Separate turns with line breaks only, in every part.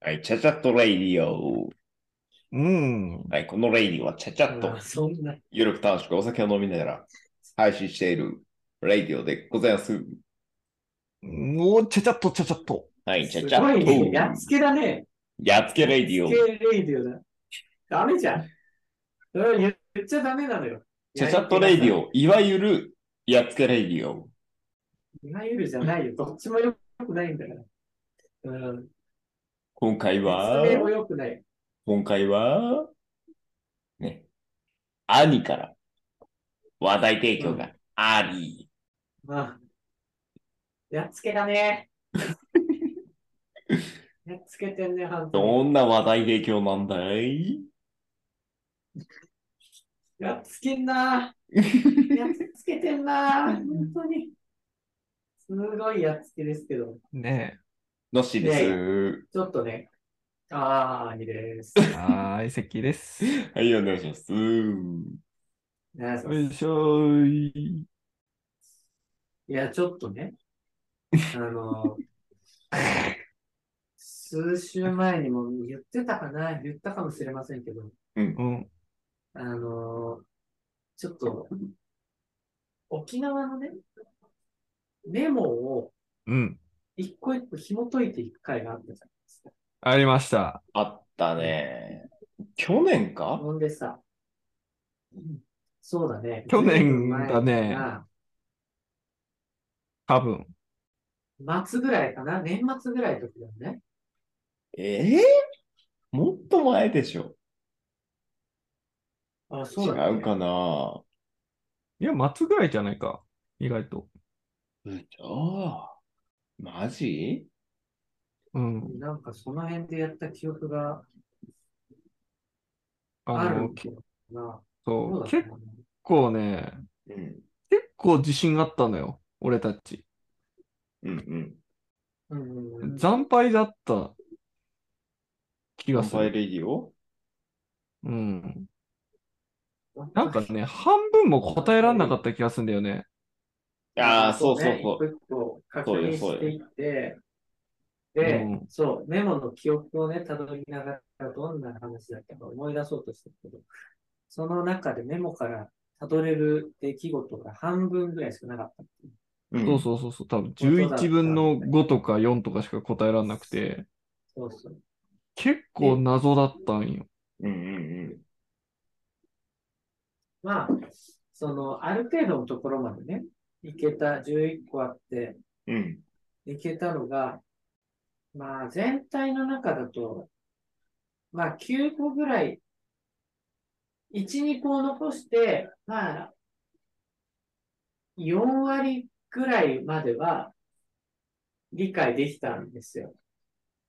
はい、チャチャットレイディオ。
うん。
はい、このレイディオはチャチャッと
そんな。
ゆるく楽しくお酒を飲みながら配信しているレイディオでございます。
もう、ちゃちゃっと、ちゃちゃっと。
はい、チ
す
ャチャ
ごいね。
ッ
やっ
ト
つ。けだね。
やっつけレイディオ。
やっつけレイディオだ。ダメじゃん。それ言っちゃダメなのよ。
チャチャットレイディ
オ。
オ。いわゆるやっつけレイディオ。
いわゆるじゃないよ。どっちもよくないんだから。うん。
今回は、
説明もよくない。
今回は、ね、兄から話題提供があり、
まあ。やっつけ だね。やっつけてんね、半
どんな話題提供なんだい
やっつけんな。やっつけてんな。本当に。すごいやっつけですけど。
ね
のっしーです。
ちょっとね。あー、いいです。
え。はーい、関です。
はい、お願いします。
ね
よいしょーい。
いや、ちょっ とね。あの、数週前にも言ってたかな、言ったかもしれませんけど、
うん。
あの、ちょっと、沖縄のね、メモを
うん。
一個一個紐解いていく回があったじゃないですか。
ありました。
あったね。去年か
ほんでさ、そうだね。
去年だね多分。
まあ。末ぐらいかな、年末ぐらいの時だよね。
ええもっと前でしょ。
あ、そう
違
だ、
う。かない
や、末ぐらいじゃないか。意外と。
ああ。マジ
うん。
なんかその辺でやった記憶が
あ
あ
の、
る
結
な。
構、
そうだ
結
ったかな
構ね、
うん。
結構自信あったのよ。俺たち。
うんうん。
うんうんうん。
惨敗だった気が
乾
す
杯
る。
レディオ
うん。なんかね、半分も答えらんなかった気がするんだよね。
ああ、そうそう
ね
そう。
一個一個確認していって、で、
うん
そう、メモの記憶をね、たどりながらどんな話だったか思い出そうとしてるけど、その中でメモからたどれる出来事が半分ぐらいしかなかったっていう。
うん
そうそうそうそう、多分
そうだった
11分の5とか4とかしか答えられなくて、
そうそう。
結構謎だったんよ。
うんうん
まあ、その、ある程度のところまでね、いけた11個あって、
うん。うん。
いけたのが、まあ全体の中だと、まあ9個ぐらい、1、2個残して、まあ、4割ぐらいまでは理解できたんですよ。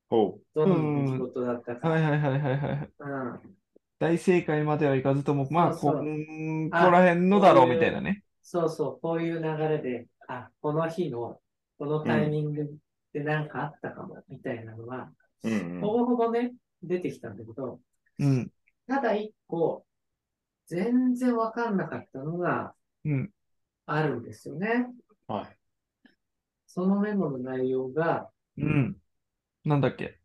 ほ
どんな出来事だったか。
はいはいはいはいはい。
うん、
大正解まではいかずとも、まあ、
そう
ここ
そう
んこ
あ
こら辺のだろう
こういう
みたいなね。
そうそう、こういう流れで、あ、この日の、このタイミングで何かあったかも、みたいなのは、
う。うん
ほぼほぼね、出てきたんだけど、
うん。
ただ一個、全然わかんなかったのが
うん。
あるんですよね。
はい。
そのメモの内容が、
うん。なんだっけ。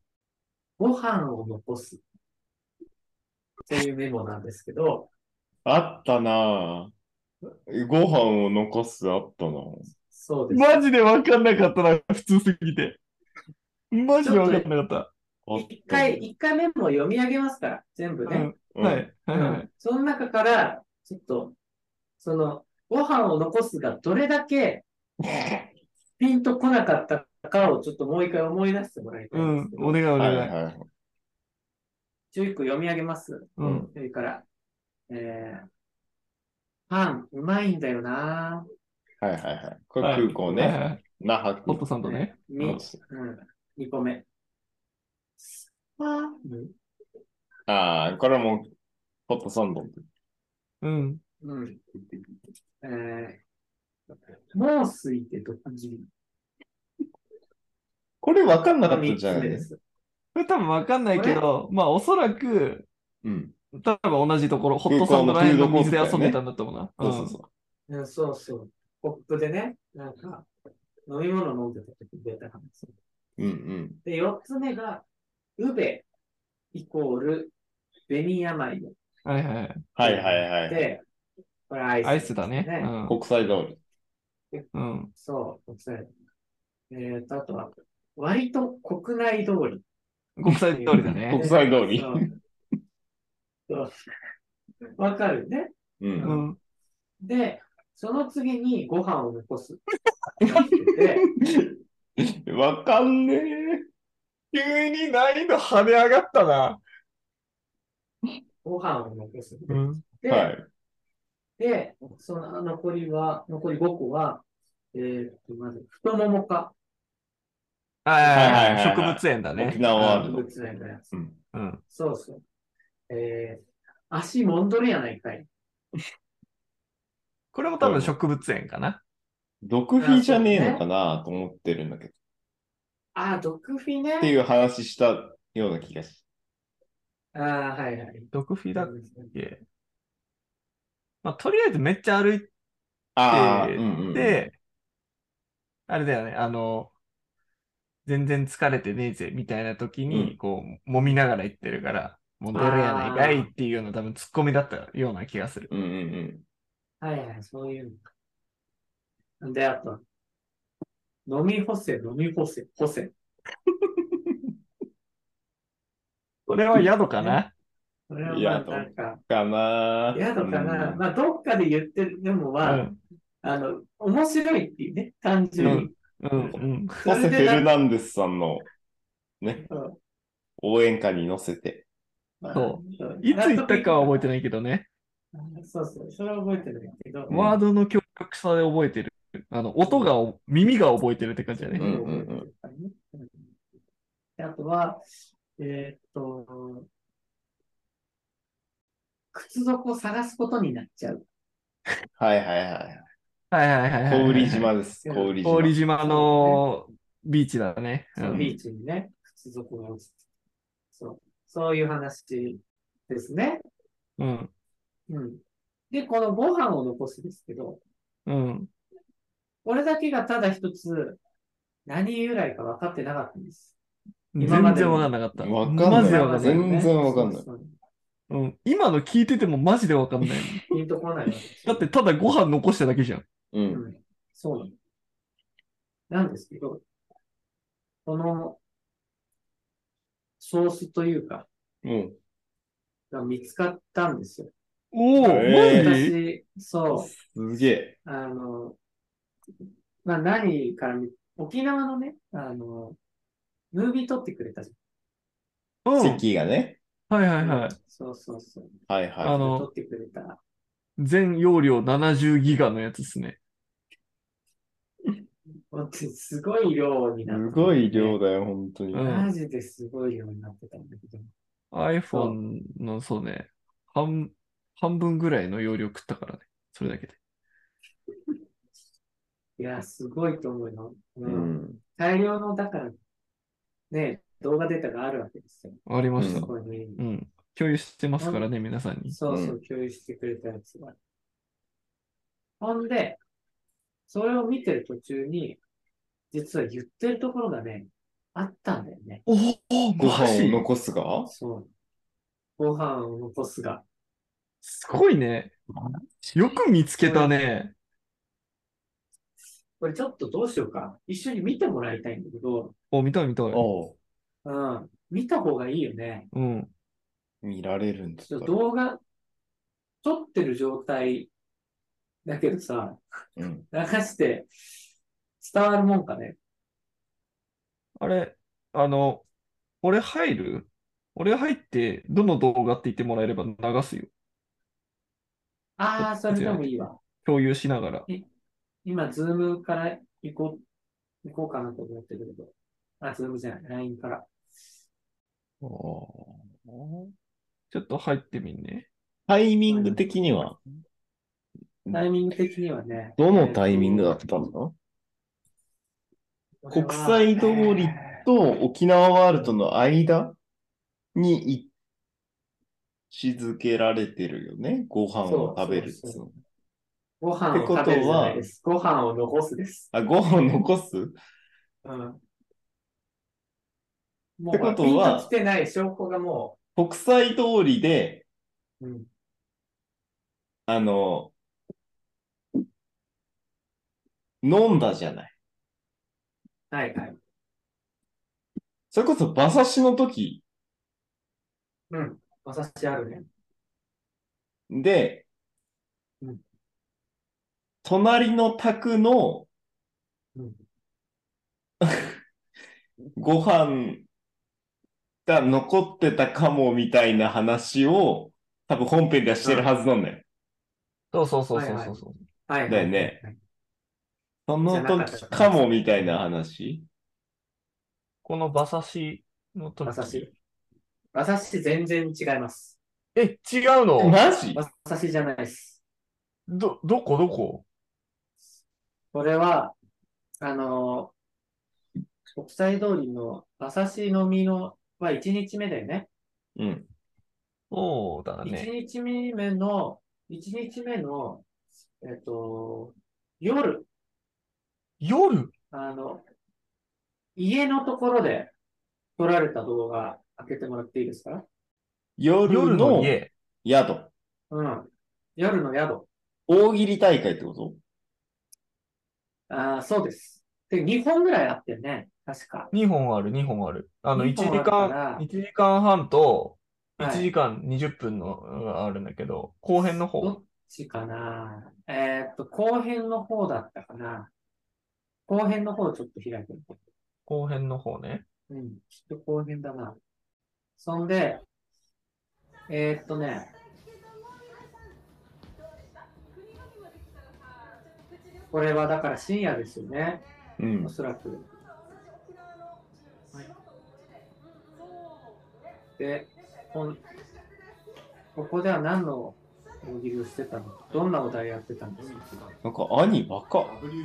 ご飯を残す。というメモなんですけど、
あったなぁご飯を残すあったなぁ
そうです。
マジでわかんなかったな、普通すぎて。マジでわかんなかっ
あった
一回、一回メモを読み上げますから、全部
た。
ね。
うん。はい。はいはい。
その中から、ちょっと、その、ご飯を残すがどれだけピンとこなかったかをちょっともう一回思い出してもらいた
う
いん
ん
です。けど、
お願いお
うん。はい
願い。
はい。
11個読み上げます。
うん。
それから、えー、パン、うまいんだよな
はいはいはい。これ空港
はいはい
ね。
はい。
那覇
ホ
空
ットさんとね。
み、うん、
港。
2個目。スパム、
ああ、これはもう、ホットサンド。
うん。
うん。えー、もうすいてどっちり。
これ分かんなかった
3
じゃ
つ
な
目
い
で
ですか。
す。
これ多分わかんないけど、まあおそらく、
うん。
多分同じところ、ホットサンドラインの水で遊んでたんだと思うな。
そうそうそう。
うん、そうそう。コップでね、なんか、飲み物飲んでた時に出た話。
うん
で、4つ目が、うべイコール紅病で、
はいはい。
はいはいはい。
これアイス、
アイスだね。うん
国際通り。
うん。
そう、国際。えーと、あとは、割と国内通り。
国際通りだ ね
国。際通り
そう。そうわかるね。
う。
うんん。
で、その次にご飯を残す。 で、
わかんねえ。急に難易度跳ね上がったな。
ご飯を残す。
うん。
で、
はい。
でその残りは、残り5個は、えーと、まず、太ももか、
はいは
はい
い
はいはい
はい。植物園だね。
沖縄は
う
あ
ん
る
動物園のやつ。
うん
うん。
そうそう。えー、足もんどるやないかい。
これも多分植物園かな。
毒品じゃねえのかなと思ってるんだけど。
あー、毒フィ
って
ね。
いう話したような気がし。
あー、はいはい。
毒フィだっけ。まあ、とりあえずめっちゃ歩い
ああ、う
で
んうん。
て、あれだよね、あの、全然疲れてねえぜ、みたいな時
う
に、
ん
こう、揉みながら言ってるから、もう出るやないかいっていうような、多分ツッコミだったような気がする。
うんうん
はいはい、そういうのか。で、あと、飲み干せ、飲み干せ、干せ。
これは宿かな
これはい
や
まあなんか、
うん。かな
やだかな。
うん
まあ、どっかで言ってるでも
う
は、
ん。
あの、面白いっていうね、単純に。
うん。うん。
ホセ・フェルナンデスさんのね、
そう
応援歌に乗せて。
まあ
そ
そう
いつ行ったかは覚えてないけどね、
そうそう、それは覚えてないけど、
うん
ワードの強力さで覚えてる。あの、音が、耳が覚えてるって感じだ
う
ね。
んうんうん
うんであとは、えーっと、靴底を探すことになっちゃう。
はいはいはい。
はいはいはいはいはい。
小売島です。小売島。
小売島のビーチだね。
そうの
ん
ビーチにね、靴底が落ちて。そう。そういう話ですね。
うん。
うん。で、このご飯を残すですけど、
うん。
これだけがただ一つ、何由来か分かってなかったんです。
全
今まで
然わかんなかった。
わかんない
マジでわかんない。
全然分かんない
そうそう
うん。今の聞いててもマジでわ かんない。
ピンとこないわけです
だ
よ
ってただご飯残しただけじゃん。
う。
うんんそうなの。なんですけど、この、ソースというか、
うん。
が見つかったんですよ。
おお、
えー
マジ
私、そ
すげえ。
う、あの、まあ、何から見、沖縄のね、あの、ムービー撮ってくれたじ
うん。
席がね。
はい
ゃ
はい
ん。
はい。
そうそうそう。
はいはい。
あの
撮ってくれた。
全容量70ギガのやつですね。
本当にすごい量になって
す
た
ごい量だよ、本当に。
うん
マジですごい量になってたんだけど。
iPhone のそうね、半、半分ぐらいの容量食ったからね。それだけで。
いや、すごいと思うよ。う
うんん。
大量の、だから、ね、動画データがあるわけですよ。
ありまし
うん
た
そ。こに。
うん。共有してますからね、皆さんに。
そうそう、共有してくれたやつが。ほんで、それを見てる途中に、実は言ってるところがね、あったんだよね。
おお、
ご
マ
飯を
ジ
残すが
そう。ご飯を残すが。
すごいね。よく見つけたね。
これちょっとどうしようか。一緒に見てもらいたいんだけど、
お、見たい見たい。
おう
うん。見た方がいいよね。
うん。
見られるんで
ち
す
ょっ
か
と動画、撮ってる状態だけどさ、
うん。
流して伝わるもんかね。
あれ、あの、俺入る俺入って、どの動画って言ってもらえれば流すよ。
ああ、それでもいいわ。
共有しながら。
今、ズームから行こう、行こうかなと思ってるけど。あ、ズームじゃない、LINE から。
おう
ちょっと入ってみんね。
タイミング的には、
タイミング的にはね。
どのタイミングだったの国際通りと沖縄ワールドの間に位置づけられてるよね。ご飯を食べるっつうの
そうご飯を食べるじゃないです。ご飯を残すです。
あ、ご飯を残す
うん。もうほら
ってことは
ピンと来てない証拠がも
国際通りで、
う、うん、
あの、飲んだじゃない。
はいはい。
それこそ馬刺しの時
うん。馬刺しあるね。
で
うん、
隣の宅の
うん。
ご飯が残ってたかもみたいな話を多分本編ではしてるはずなんだよ。
そうそうそうそうそうそう。
はい、はい。
だよね
はい。
そ
じ
の
ゃなかっ
時
た
かもみたいな話
この馬刺しの時。
馬刺し。馬刺し全然違います。
え、違うの
マジ
馬刺しじゃないです。
ど、どこどこ
これは、あのー国際通りの馬刺しの実の、は1日目だよね。
うん。
そうだ
1
ね。
日目の、一日目の、えっと、夜、
夜
あの、家のところで撮られた動画、開けてもらっていいですか
夜
夜
の
の家。
宿。
うん。夜の宿。
大喜利大会ってこと
ああ、そうです。で、2本ぐらいあってね、確か。
2本ある、2本ある。あの、
二
1
本
時
あるから
間、一時間半と、
はい
1時間20分のがあるんだけど、後編の
ど
方。
っちかなえーっと、後編の方だったかな後編の方ちょっと開いてみて。
後編の方ね。
うん、きっと後編だな。そんで、えーっとね、これはだから深夜ですよね、
うん
お。そらく。はいで、こんここでは何の大喜利をしてたのどんなお題やってたんですか
なんか兄バカ。
WHO がひ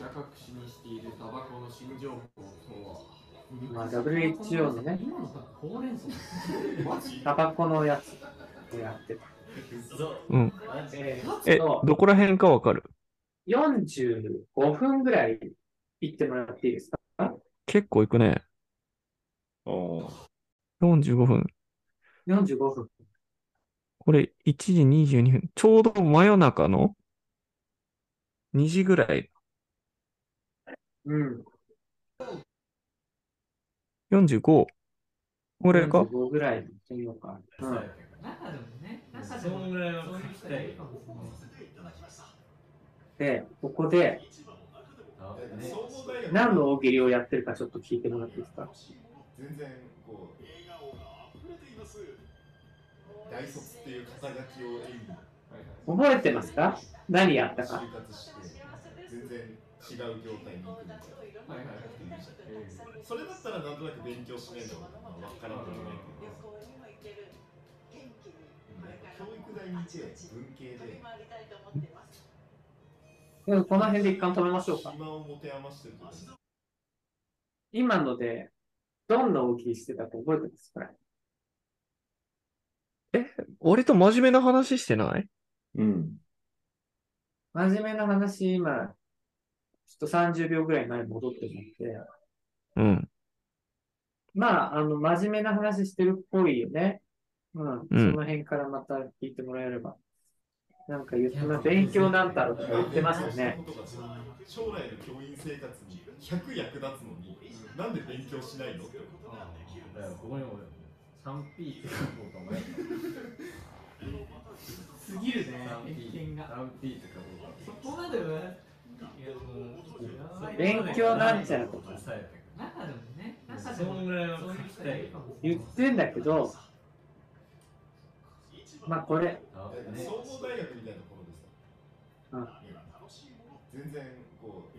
た隠しにしているタバコの新情報と
ま
は
あ WHO のね
今のさほうれん草マジ
タバコのやつをやってた。
うん。
マジ
えー
え、
そう
どこら辺かわかる
45分ぐらい行ってもらっていいですか
結構いくね。
おー
45分。
?45 分。
これ1時22分。ちょうど真夜中の2時ぐらい。
うん。
45。これか
?45 ぐらい行ってみようか。うん。
中でもね、中
そ
でも
のぐらいは
そういう人
書きたい
いるかもしれない。
で、ここで
あね
何の大喜利をやってるかちょっと聞いてもらっていいですか
全然こう大卒っていう肩書きを演技
覚えてますか何やったか。
就活して全然違う業態に行くみたいな、
はいはい
うんそれだったらなんとなく勉強しないと、まあ、分からんことないけど、うんやっぱ教育大にいて文系で
でもこの辺で一旦止めましょうか。
暇を持て余してるとか
今ので、どんな大喜利してたか覚えてますか
俺と真面目な話してない
うん。
真面目な話、今、ちょっと30秒ぐらい前に戻ってもらって、
うん。
まあ、あの、真面目な話してるっぽいよね。うん。その辺からまた聞いてもらえれば。なんか言ってます。勉強なんたらとか言ってますよね。
将来の教員生活に100役立つのになんで勉強しないのってこと
あだからここにも 3P って書こうか迷った
すぎるね、偏
3P
見が。
3P って書こうか
そこまではね、いやもう
勉強なんちゃらとか
抑え
中でもね、
たけ
中
どそ
でも
のぐらいは
そう
書
いう
き
人い
たい
るかもしれ
言
な
っ
い。
てんだけど、まあこれ、
あね
総合大学みたいなところでさ、
うん
全然こう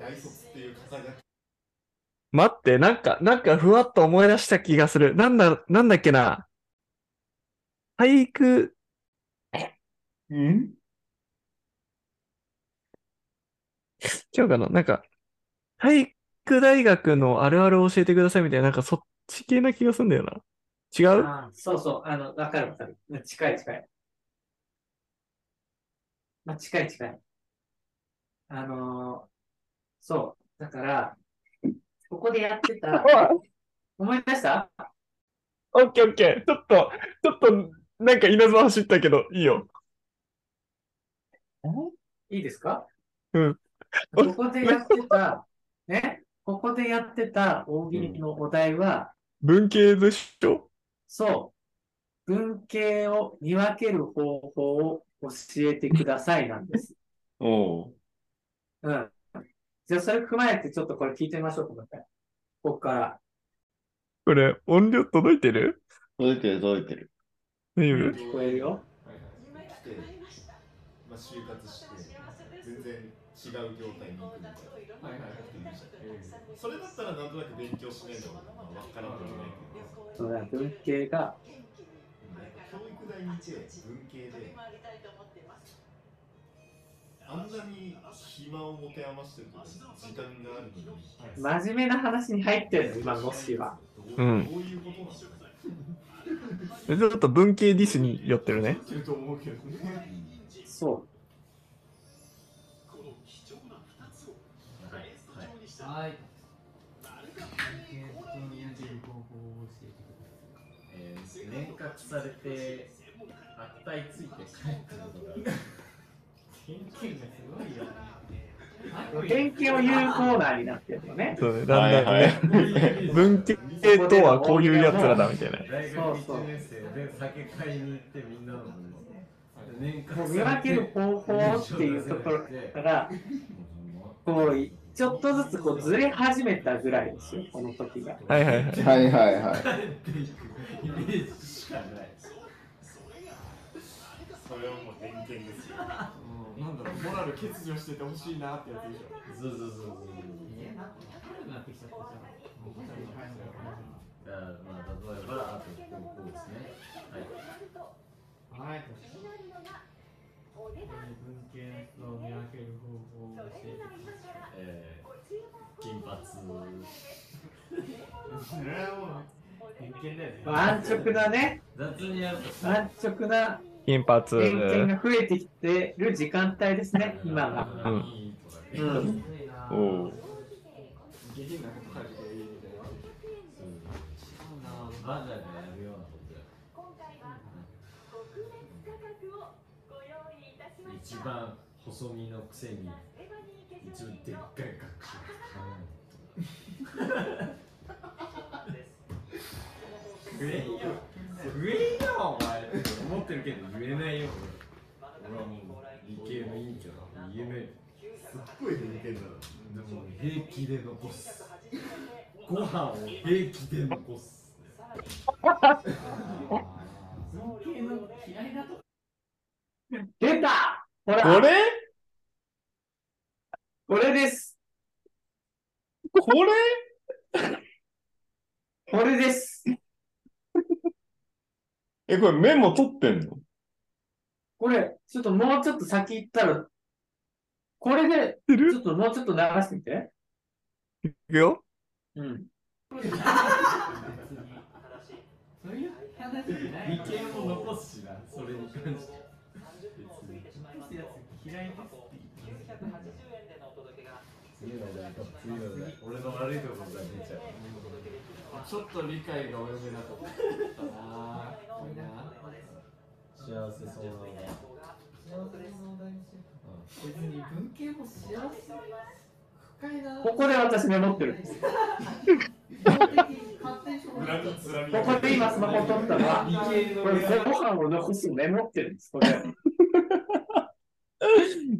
大卒っていう肩書き
待って、なんか、なんかふわっと思い出した気がする。なんだ、なんだっけな。体育、
うん
違うかななんか、体育大学のあるあるを教えてくださいみたいな、なんかそっち系な気がするんだよな。違う
あそうそう、あの、わかるわかる。うん近い近い。まあ近い近い。あのーそう、だから、ここでやってた、思い出した
オッケーオッケー。ちょっと、ちょっと、なんか稲妻走ったけど、いいよ。
いいですか
うん。
ここでやってた、ね、ここでやってた大喜利のお題は、
文系でしょ
そう、文系を見分ける方法を教えてくださいなんです。
おう。
うん。じゃあ、それ踏まえて、ちょっとこれ聞いてみましょうか、もう一回ここから。
これ、音量届いてる
届いてる、届いてる。
大丈
聞こえるよ。
はいはい、来て、まあ、就活して、全然違う業態に行くみたいな、はいはい、人いるじゃんそれだったらなんとなく勉強しないのが、まあ、分からんでもないけど、
そうだ文系が、
教育大にいて、文系で、あんなに暇を持て余してるとか、時間があるのに、
真面目な話に入ってるの、今、のしは。
どう
うん
どういうことなんだろう
夫。ちょっと文系ディスに寄ってるね。
ってると思うけどね。
そ
はい。えーっと、見上げる方法を教えてください。
えー、年活されて悪態ついて帰ってるのが
偏見がすごいよね。
う。偏見を言うコーナーになってるのね。
そうね、
は
だ
い
んだん
はい
ね。。文系とはこういうやつらだみたいな。
大学
そうそう
1年生で酒買いに行ってみんなのも年
もう
活
見分ける方法っていうところから、こう、ちょっとずつこうずれ始めたぐらいですよ、この時が。
はいはいはい。
はいはいはい。
帰っていくイメージしかない
それはもう偏見ですよ。
うん、なんだろう、モラル欠如しててほしいなってやつでしょ。
ズズズズズズ
えー、なんか分かるなってきちゃったじゃん。もう分かるなってきちゃった
あーまあ例えばあとこうこうですねはい
じゃんはい。えー文系の人を見分ける方法を教えてください。
えー、金髪
それはもう偏見だよね。
まあ安直なね、
雑にやるとさ
安直な
金
偏見
髪。
が増えてきてる時間帯ですね、今が。
うん
いいとかね
うん。
すごいな。
おう。
下品なこと書いてていいみたいな。
そうだな。
バジャーがやるようなことや一番細身のくせに一番でっかい学習言えんよ言えんよお前思ってるけど言えないよ俺俺はもう理系の委員長だから言えないよ
すっごい偏見だな。
でも平気で残すご飯を平気で残す
文系の嫌いなとこ
出たほら
これ
これです
これ
これです
え、これメモ取ってんの
これ、ちょっともうちょっと先行ったら、これで、ちょっともうちょっと流してみて。
いくよ。
うん。
別に。そういう話じゃない
理
よ。
系も残すしなそれに関して別に
残すやつ嫌いですって言ってる
次の題と次の題俺の悪いところが出ちゃう
ちょっと理解が及べなかったな。これな。
幸せそうなもの幸せそう
別に文系も幸せ深いな
ここで私メモってるんです。
恨みつらみ
ここで今スマホ取ったのは、
理系の
これご飯を残すメモってるんです、これ。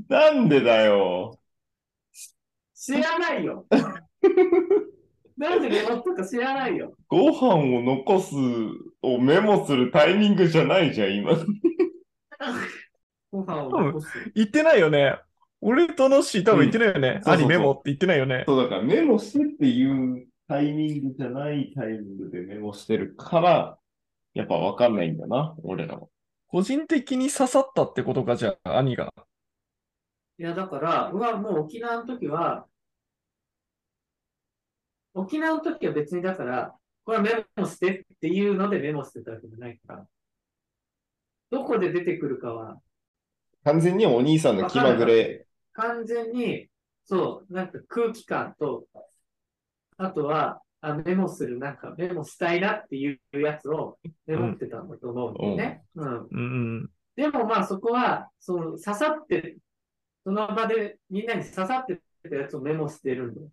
なんでだよ。
知らないよ。なんでメモったか知らないよ。
ご飯を残すをメモするタイミングじゃないじゃん、今。
ご飯を残す。
言ってないよね。俺とのし多分言ってないよね。
うんそうそうそう
兄メモって言ってないよね。
そうだからメモしてっていうタイミングじゃないタイミングでメモしてるから、やっぱわかんないんだな、俺らは。
個人的に刺さったってことか、じゃあ、兄が。
いや、だから、うわ、もう沖縄の時は、沖縄の時は別にだから、これはメモしてっていうのでメモしてたわけじゃないから、どこで出てくるかは、
完全にお兄さんの気まぐれ。
完全に、そう、なんか空気感と、あとは、あメモする、なんかメモしたいなっていうやつをメモってたんだと思うんだよね。うん。
うんうん。
でもまあそこは、その刺さって、その場でみんなに刺さってたやつをメモしてるんだよ。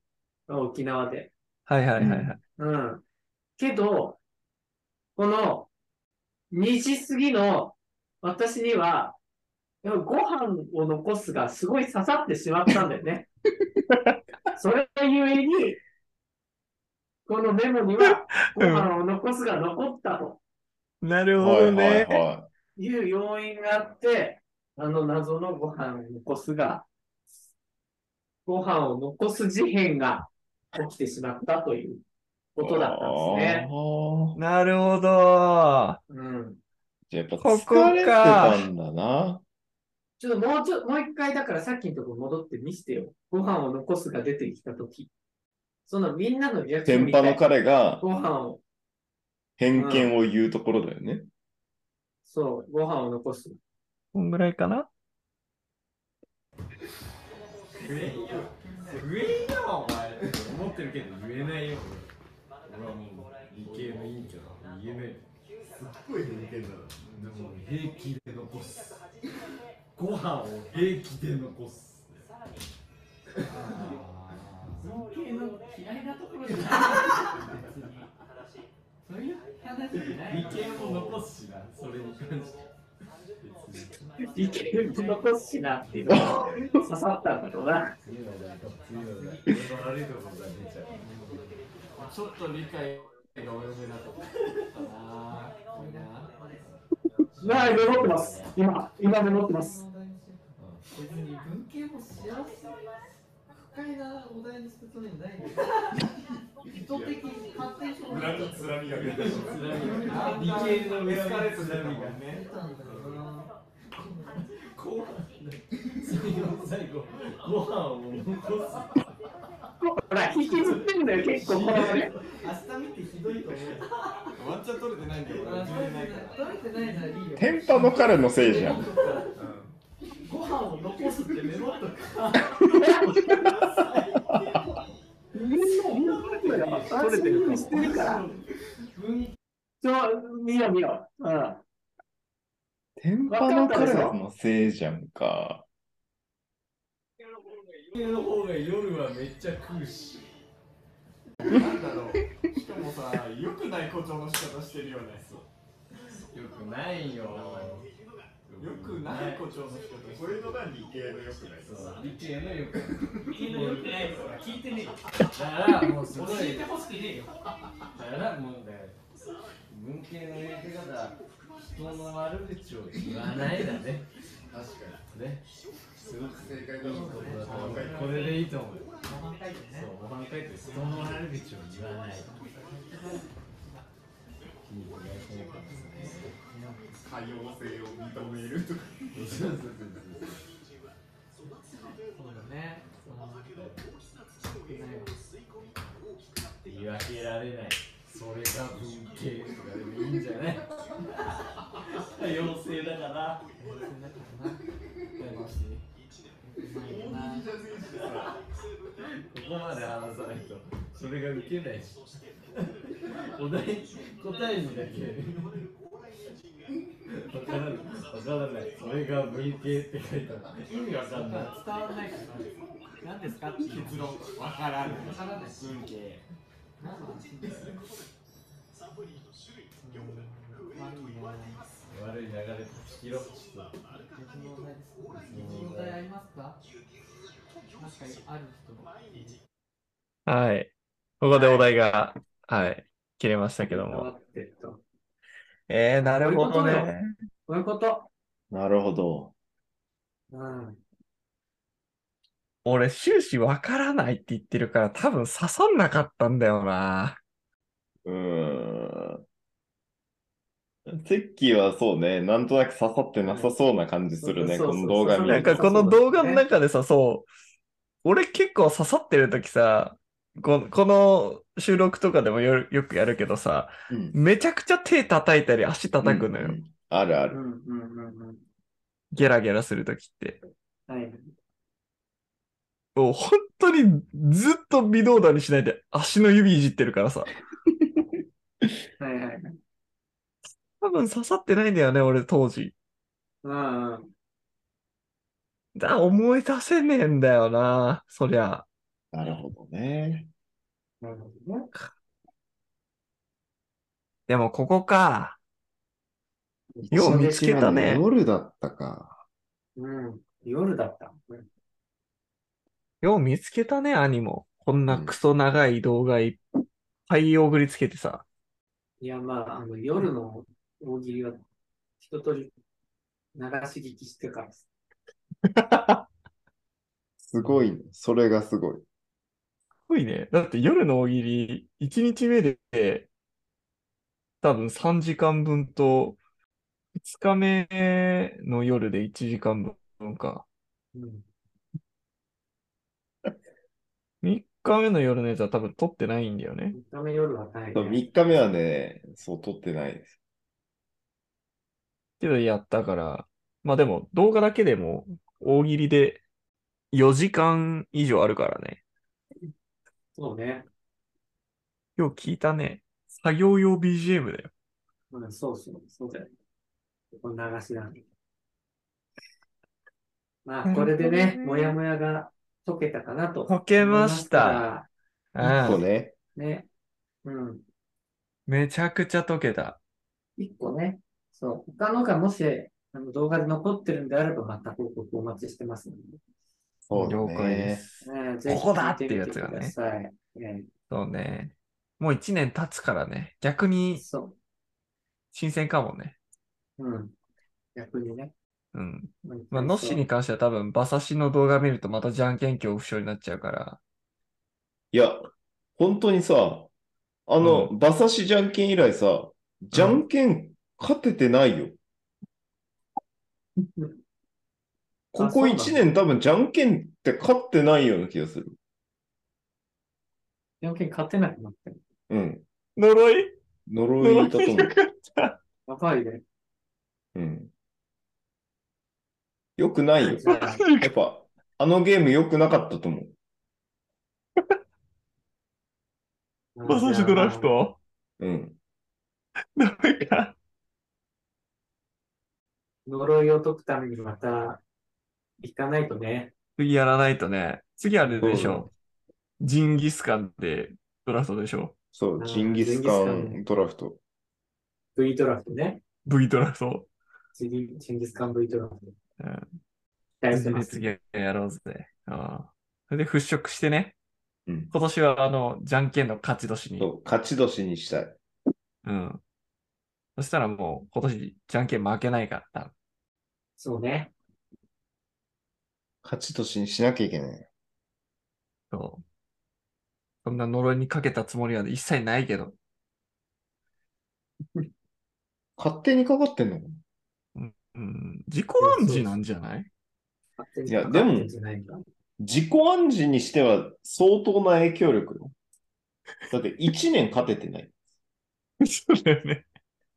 沖縄で。
はいはいはいはい。
うん。けど、この2時過ぎの私には、やっぱご飯を残すがすごい刺さってしまったんだよね。それゆえに、このメモにはご飯を残すが残ったと
なるほ
はい
ど
はい
ね。
は
いう要因があって、あの謎のご飯を残すが、ご飯を残す事変が起きてしまったという
い。
ことだったんですね。
あー
なるほど。
うん。
じゃあやっぱ
ここか
疲れてたんだな。
ちょっともうちょ、もう一回だからさっきのところ戻って見してよ。ご飯を残すが出てきたとき。そのみんなのリアクション
天
み
パ
た
の
い。
彼が
ご飯を、
偏見を言うところだよね。
そう、ご飯を残す。
こんぐらいかな
言えんよ言えんよお前思ってるけど言えないよ俺はもう理系の委員長だから言えないよ
すっごい偏見だな。
でも平気で残すご飯を平気で残す
尊敬の嫌いなところじゃない別にそういう話じゃない
理系も残すしなそれに関して
いける残すしなっていうの が刺さったんだろうな。
次の話題か次の話題俺の悪いところが出ちゃう。
ちょっと理解が及ぶなと思ったなぁ。いいな
なあ、メモってます。今、今メモってます。
別に文系も幸せ不快なお題にするつもりないんだよ意図的に勝手にそうなっ
裏につらみが出てる。
理系のエスカレートしたみが
て
ね
たんだよな
後半最後最後ご飯を残す
ほ ら、引きずってんだよ、結構。このね
明日見てひどいと思う
ワンチャン取れてないんだよ、俺。自信ないから。
取れてないならいいよ
天パの彼のせいじゃん。
ご飯を残すってメモっとく
みんな、みんな取れてるから。取れてるしてるから。ちょ、見よう見よう。うん。
天パの彼のせいじゃんか。
理系の方が夜はめっちゃ食うし
なんだろう。しかもさ、良くない誇張の仕方してるよね。
よくないよ
良くない誇張の仕方して
こ
る。
れのが理系の良くないです。
理系のよくない
聞いてないから、聞いてねえよ。
だからもうすごい
ほしくねえよ。
だからもうね文系のやり方人の悪口を言わないだね
確か
ね
に。すごく正解だと思う。
これこれでいいと思うよ
ご飯会議
そ
ね
う模範解答人の悪口を言わないいいねそうかもしれないね
可用性を認めるとか。
そうそうそうそう
そうだねうんないわ
言い訳られないそれが文系とかでもいいんじゃ ない多様性だから
うまいよな
ここまで話さないとそれがウケないしお題答えにだけわからないわからないそれが文系って書いてある意味わかんない
伝わんないから何ですかっていう
結論、わからない。
わからない
文系。
何の話ですかうんまあいいや
悪い流れ聞きろ
別のお題ですか別のお題ありますかなんかある人
はい。ここでお題が、はい、切れましたけど
変わ
も。
ってると。
えー、なるほど
こういうこと
ね。
こういうこと。
なるほど。
うん。
俺、終始わからないって言ってるから、多分刺さんなかったんだよな。
うーん。セッキーはそうね、なんとなく刺さってなさそうな感じするね、
そう
こ
そう
の動画見
なん
る
か
と。
この動画の中でさ、そう、俺結構刺さってる時さ、ここの収録とかでもよよくやるけどさ、
うん
めちゃくちゃ手叩いたり足叩くのよ。
うんうんあるあ
うん
る。
うんうんうん。
ゲラゲラする時って。
はい。
もう本当にずっと微動だにしないで足の指いじってるからさ。
はいはい。
多分刺さってないんだよね、俺当時。
うんうん。
だ、思い出せねえんだよな、そりゃ。
なるほどね。
なるほどね。
でもここか。よう見つけたね
一日目の夜だったか。
うん。夜だった。うん
よう見つけたね、兄も。こんなクソ長い動画いっぱい送りつけてさ。
いや、まあ、あの、夜の大喜利は、一通り流し聞きしてから、
すごいね。それがすごい。
すごいね。だって夜の大喜利、1日目で、多分3時間分と、2日目の夜で1時間分か。
うん。
3日目の夜のやつは多分撮ってないんだよね。
見た目夜はない、ね。
3日目はね、そう、撮ってないです。
けどやったから、まあでも動画だけでも大喜利で4時間以上あるからね。
そうね。
よう聞いたね。作業用 BGM だよ。
うん、そうそう、そうだよ。この流しなんで。まあ、これで
なる
ね
ほど、ね
もやもやが解けたかなと。
解けました。。
一個
うん。
ね。
ね。うん。
めちゃくちゃ解けた。
一個ね。そう。他のがもし、あの動画で残ってるんであれば、また報告お待ちしてますので。
そうだ
了解で
ね。
す。
ねぜひ
ここだ
聞いてみ
っていうやつがね
ください。え
そうね。もう一年経つからね。逆
え
に
そ
新鮮かもね。
う。うん。逆にね。
うん。
うん
まあ、ノッシーに関しては多分、馬刺しの動画見るとまたじゃんけん恐怖症になっちゃうから。
いや、本当にさ、あの、
う
馬刺しじゃんけん以来さ、じゃんけん勝ててないよ。
うん
ここ1年多分じゃんけんって勝ってないような気がする。
条件勝てなくなってる。
うん。
呪い
呪いだと 思う。
やばいね。
うん。よく ないよ。
じゃあ
やっぱ、あのゲーム良くなかったと思う。
馬刺しドラフ。ト
うん。
なんか、
呪いを解くためにまた行かないとね。
次やらないとね。次あれでし
そう
ょ。ジンギスカンでドラフトでしょ。
そう
あ、ー
ジンギスカンドラフト。
V ドラフトね。
V ドラフト。
チリチンギスカン V ドラフト。
うん。
期待してます。
次やろうぜ。ああ。それで払拭してね。
うん
今年はあの、じゃんけんの勝ち年に。
そう、勝ち年にしたい。
うん。そしたらもう今年じゃんけん負けないから多
そうね。
勝ち年にしなきゃいけない。
分、そう。そんな呪いにかけたつもりは一切ないけど。
勝手にかかってんのか
うん。自己暗示なんじゃない
いやでも
勝手にかかってんじゃないか
自己暗示にしては相当な影響力よ。だって1年勝ててない。
そうだよね。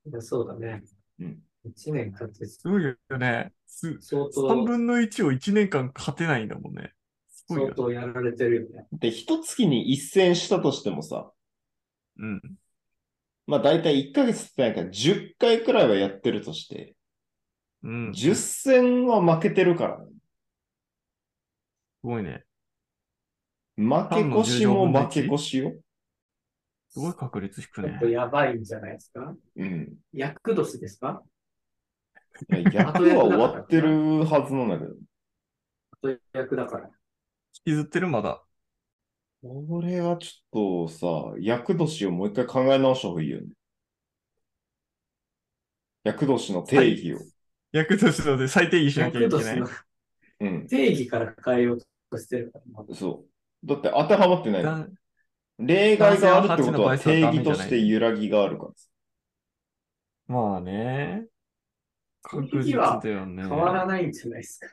いやそうだね。
うん
1年経って
すごいよね。す
相当、
3分の1を1年間勝てないんだもんね。すごいよ
相
ね。
当やられてるよね。
で、一月に一戦したとしてもさ、
うん。
まあ大体1ヶ月ってないから10回くらいはやってるとして、
うん。
10戦は負けてるからね。
すごいね。
負け越しも負け越しよ。
すごい確率低く
ちょっ
ね
と。やばいんじゃないですか
うん。
厄年ですか
いや役は終わってるはずなんだけど。
あと厄だから。
引きずってるまだ。
これはちょっとさ、厄年をもう一回考え直した方がいいよね。厄年の定義を。
役としてで最低限しなきゃ
厄
いけな
年
い
の。
うん。
定義から変えようとしてるから。
そう。だって当てはまってないの。
だ
例外があるってことは
男性
定
は八
義
の倍数はダメじゃ
と
ない
して揺らぎがあるから。
まあね。確
次
実
は
だよね。
変わらないんじゃないですか。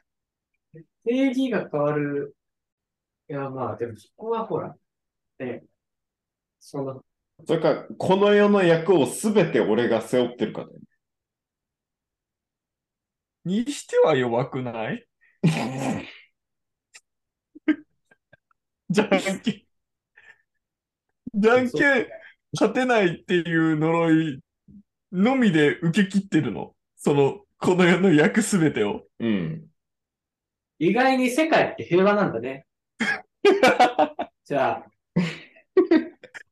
定義が変わる。いや、まあ、でもそこはほら、ね、その、
それから、この世の役をすべて俺が背負ってるからね。
にしては弱くないじゃんけん。じゃんけん、勝てないっていう呪いのみで受け切ってるの。その、この世の役すべてを。
うん。
意外に世界って平和なんだ ね。じゃあ、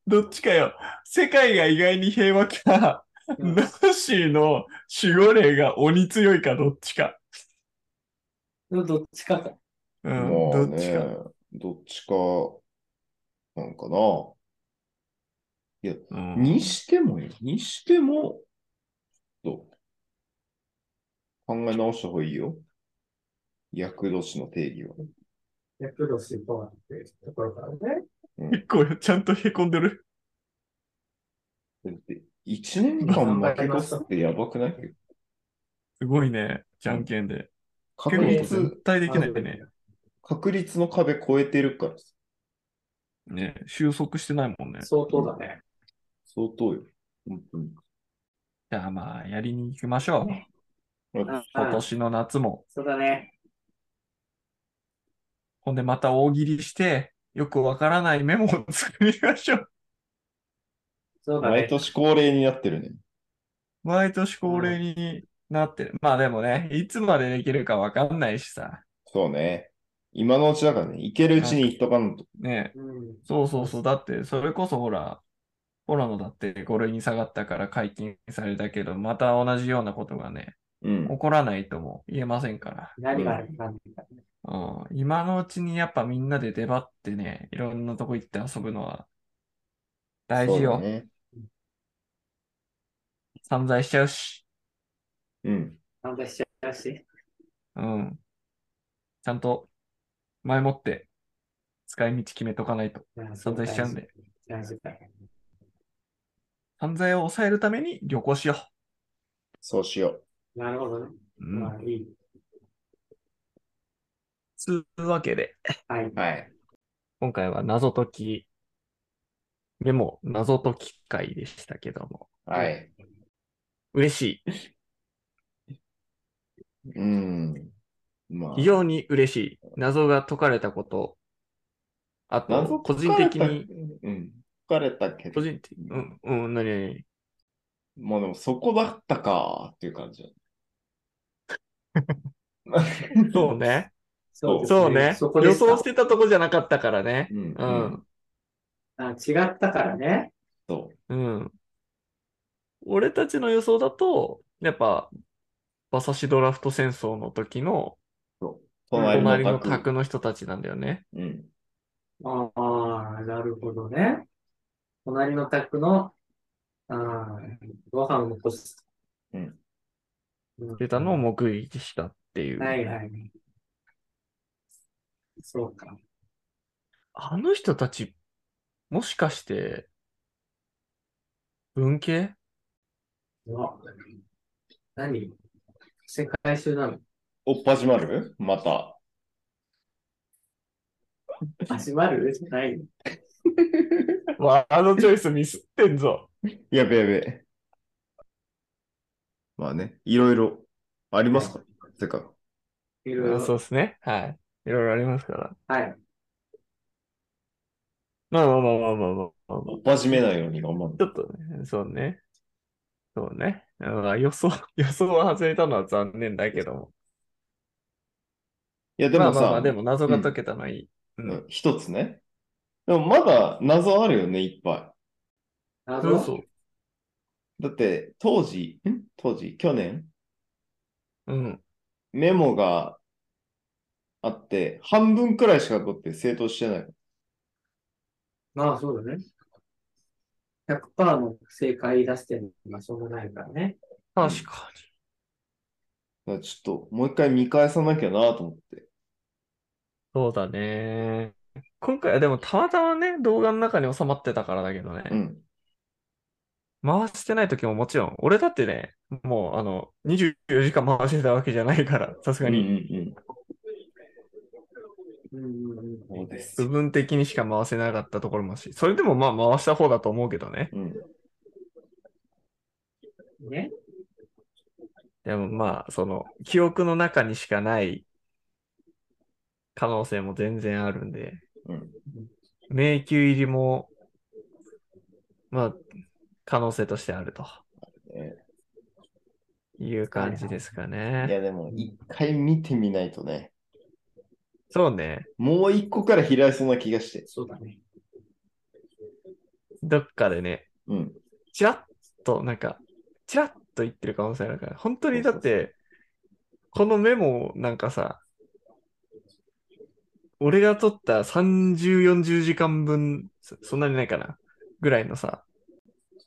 どっちかよ。世界が意外に平和か、
うん
ナンシーの守護霊が鬼強いかどっちか。
どっちかか。
うん、
まあ
どっちか。
ね、どっちか、なんかな。
うん
にしてもよ、にしても、ちょっと考え直した方がいいよ。厄年の定義は。
ヤクルトスパワーっていうところからね。
結構ちゃんとへこんでる。
だって、1年間負け越すってやばくない
すごいね。じゃんけんで。
確
結構
率、
絶対できないね。
確率の壁超えてるからさ
ね、収束してないもんね。
相当だね。
相当よ。本当に。
じゃあまあ、やりに行きましょう。
うん
今年の夏も。
そうだね。
ほんでまた大喜利して、よくわからないメモを作りましょう。
そうだ
毎
ね。
年恒例になってるね。
毎年恒例になってる。まあでもね、いつまでできるかわかんないしさ。
そうね。今のうちだからね、行けるうちに行っとかんと。
ね
うん。
そうそうそう。だって、それこそほら、コロナだって5類に下がったから解禁されたけど、また同じようなことがね、
うん
起。こらないとも言えませんから。
何があるかなんだね
うん、今のうちにやっぱみんなで出張ってね、いろんなとこ行って遊ぶのは大事
そう
よ
だ。ね。
散財しちゃうし。
うん。
反対しちゃうし。
うん。ちゃんと前もって使い道決めとかないと散財しちゃうんで。
大事だね。
犯罪を抑えるために旅行しよ
そうしよ
なるほどね。
う。う
ま
ん。
あいい。
つうわけで、
はい。
う。はい。
今回は謎解き、メモ謎解き会でしたけども、
はい。
嬉しい。
うん。まあ
非。常に嬉しい。謎が解かれたこと、あと、個人的に、。
うん。疲れたけど。
個人的に、うん、うん、何々
まあでもそこだったかっていう感じだね。
そうね。
そう
です
そうね。
そこで
予
した
想してたとこじゃなかったからね。
うん
う
うん
ん。
あ違ったからね。
そ
うん。俺たちの予想だと、やっぱ、馬刺しドラフト戦争の時の
う。
隣の
卓
卓の人たちなんだよね。
うん。
ああ、なるほどね。隣の宅の、ああ、ご飯を残す。
うん。
出たのを目撃したっていう。
はいはい。そうか。
あの人たち、もしかして、文系
うわ何世界中 なの
おっぱじまるまた。
始まるじゃないの
ワードチョイスミスってんぞ。
やべやべ。まあね、いろいろありますからてか、
いろい
そう
ろ。
ですね。はい。いろいろありますから。
はい。
まあまあまあまあまあまあまあまあ
おっぱじめないように頑張る
ち。ょっとね、そうね。そうね。まあ予想、 予想は外れたのは残念だけども。
いや、でも
まあまあま
さ
あ、、でも謎が解けたのはいい。うん
うん一つね。でもまだ謎あるよね、いっぱ
謎
そうそう。
い。だって、当時、ん当時、去年、
うん。
メモがあって、半分くらいしか取って正答してない。
まあそうだね。100%の正解出してるのはしょうがないからね。
確か
だからちょっと、もう一回見返さなきゃなと思って。
に。そうだね。今回はでもたまたまね、動画の中に収まってたからだけどね。
うん。
回してない時ももちろん、俺だってね、もうあの、24時間回してたわけじゃないから、さすが
うんう
に
ん
うんうんうん。
うん。そうです
部。分的にしか回せなかったところもあるし、それでもまあ回した方だと思うけどね。
うん。
ね。
でもまあ、その、記憶の中にしかない可能性も全然あるんで、迷宮入りも、まあ、可能性としてあると
ね。
いう感じですか
い
ね。
や、でも、一回見てみないとね、
そうね。
もう一個から開いそうな気がして。
そうだね。
どっかでね、
うん。
ちらっと、なんか、ちらっと言ってる可能性あるから、本当にだって、このメモなんかさ、俺が取った30、40時間分、そそんなにないかな、ぐらいのさ、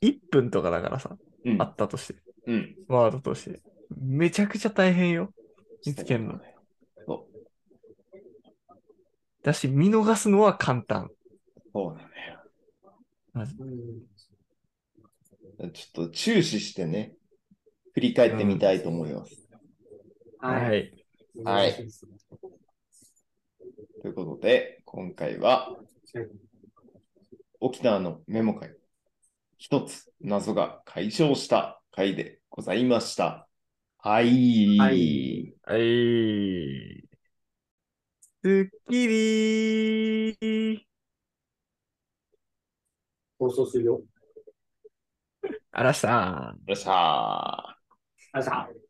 1分とかだからさ、
うん
あ。ったとして、
うん。
ワードとして。めちゃくちゃ大変よ。見つけるの。だし、見逃すのは簡単。
そうだ
うん
ね。ちょっと注視してね、振り返ってみたいと思います。
はい。
い。
はいということで、今回は、沖縄のメモ会、一つ謎が解消した回でございました。はい。
はい
はい。すっきり
放送するよ。
あらした
よっしゃー。
ありがとうございました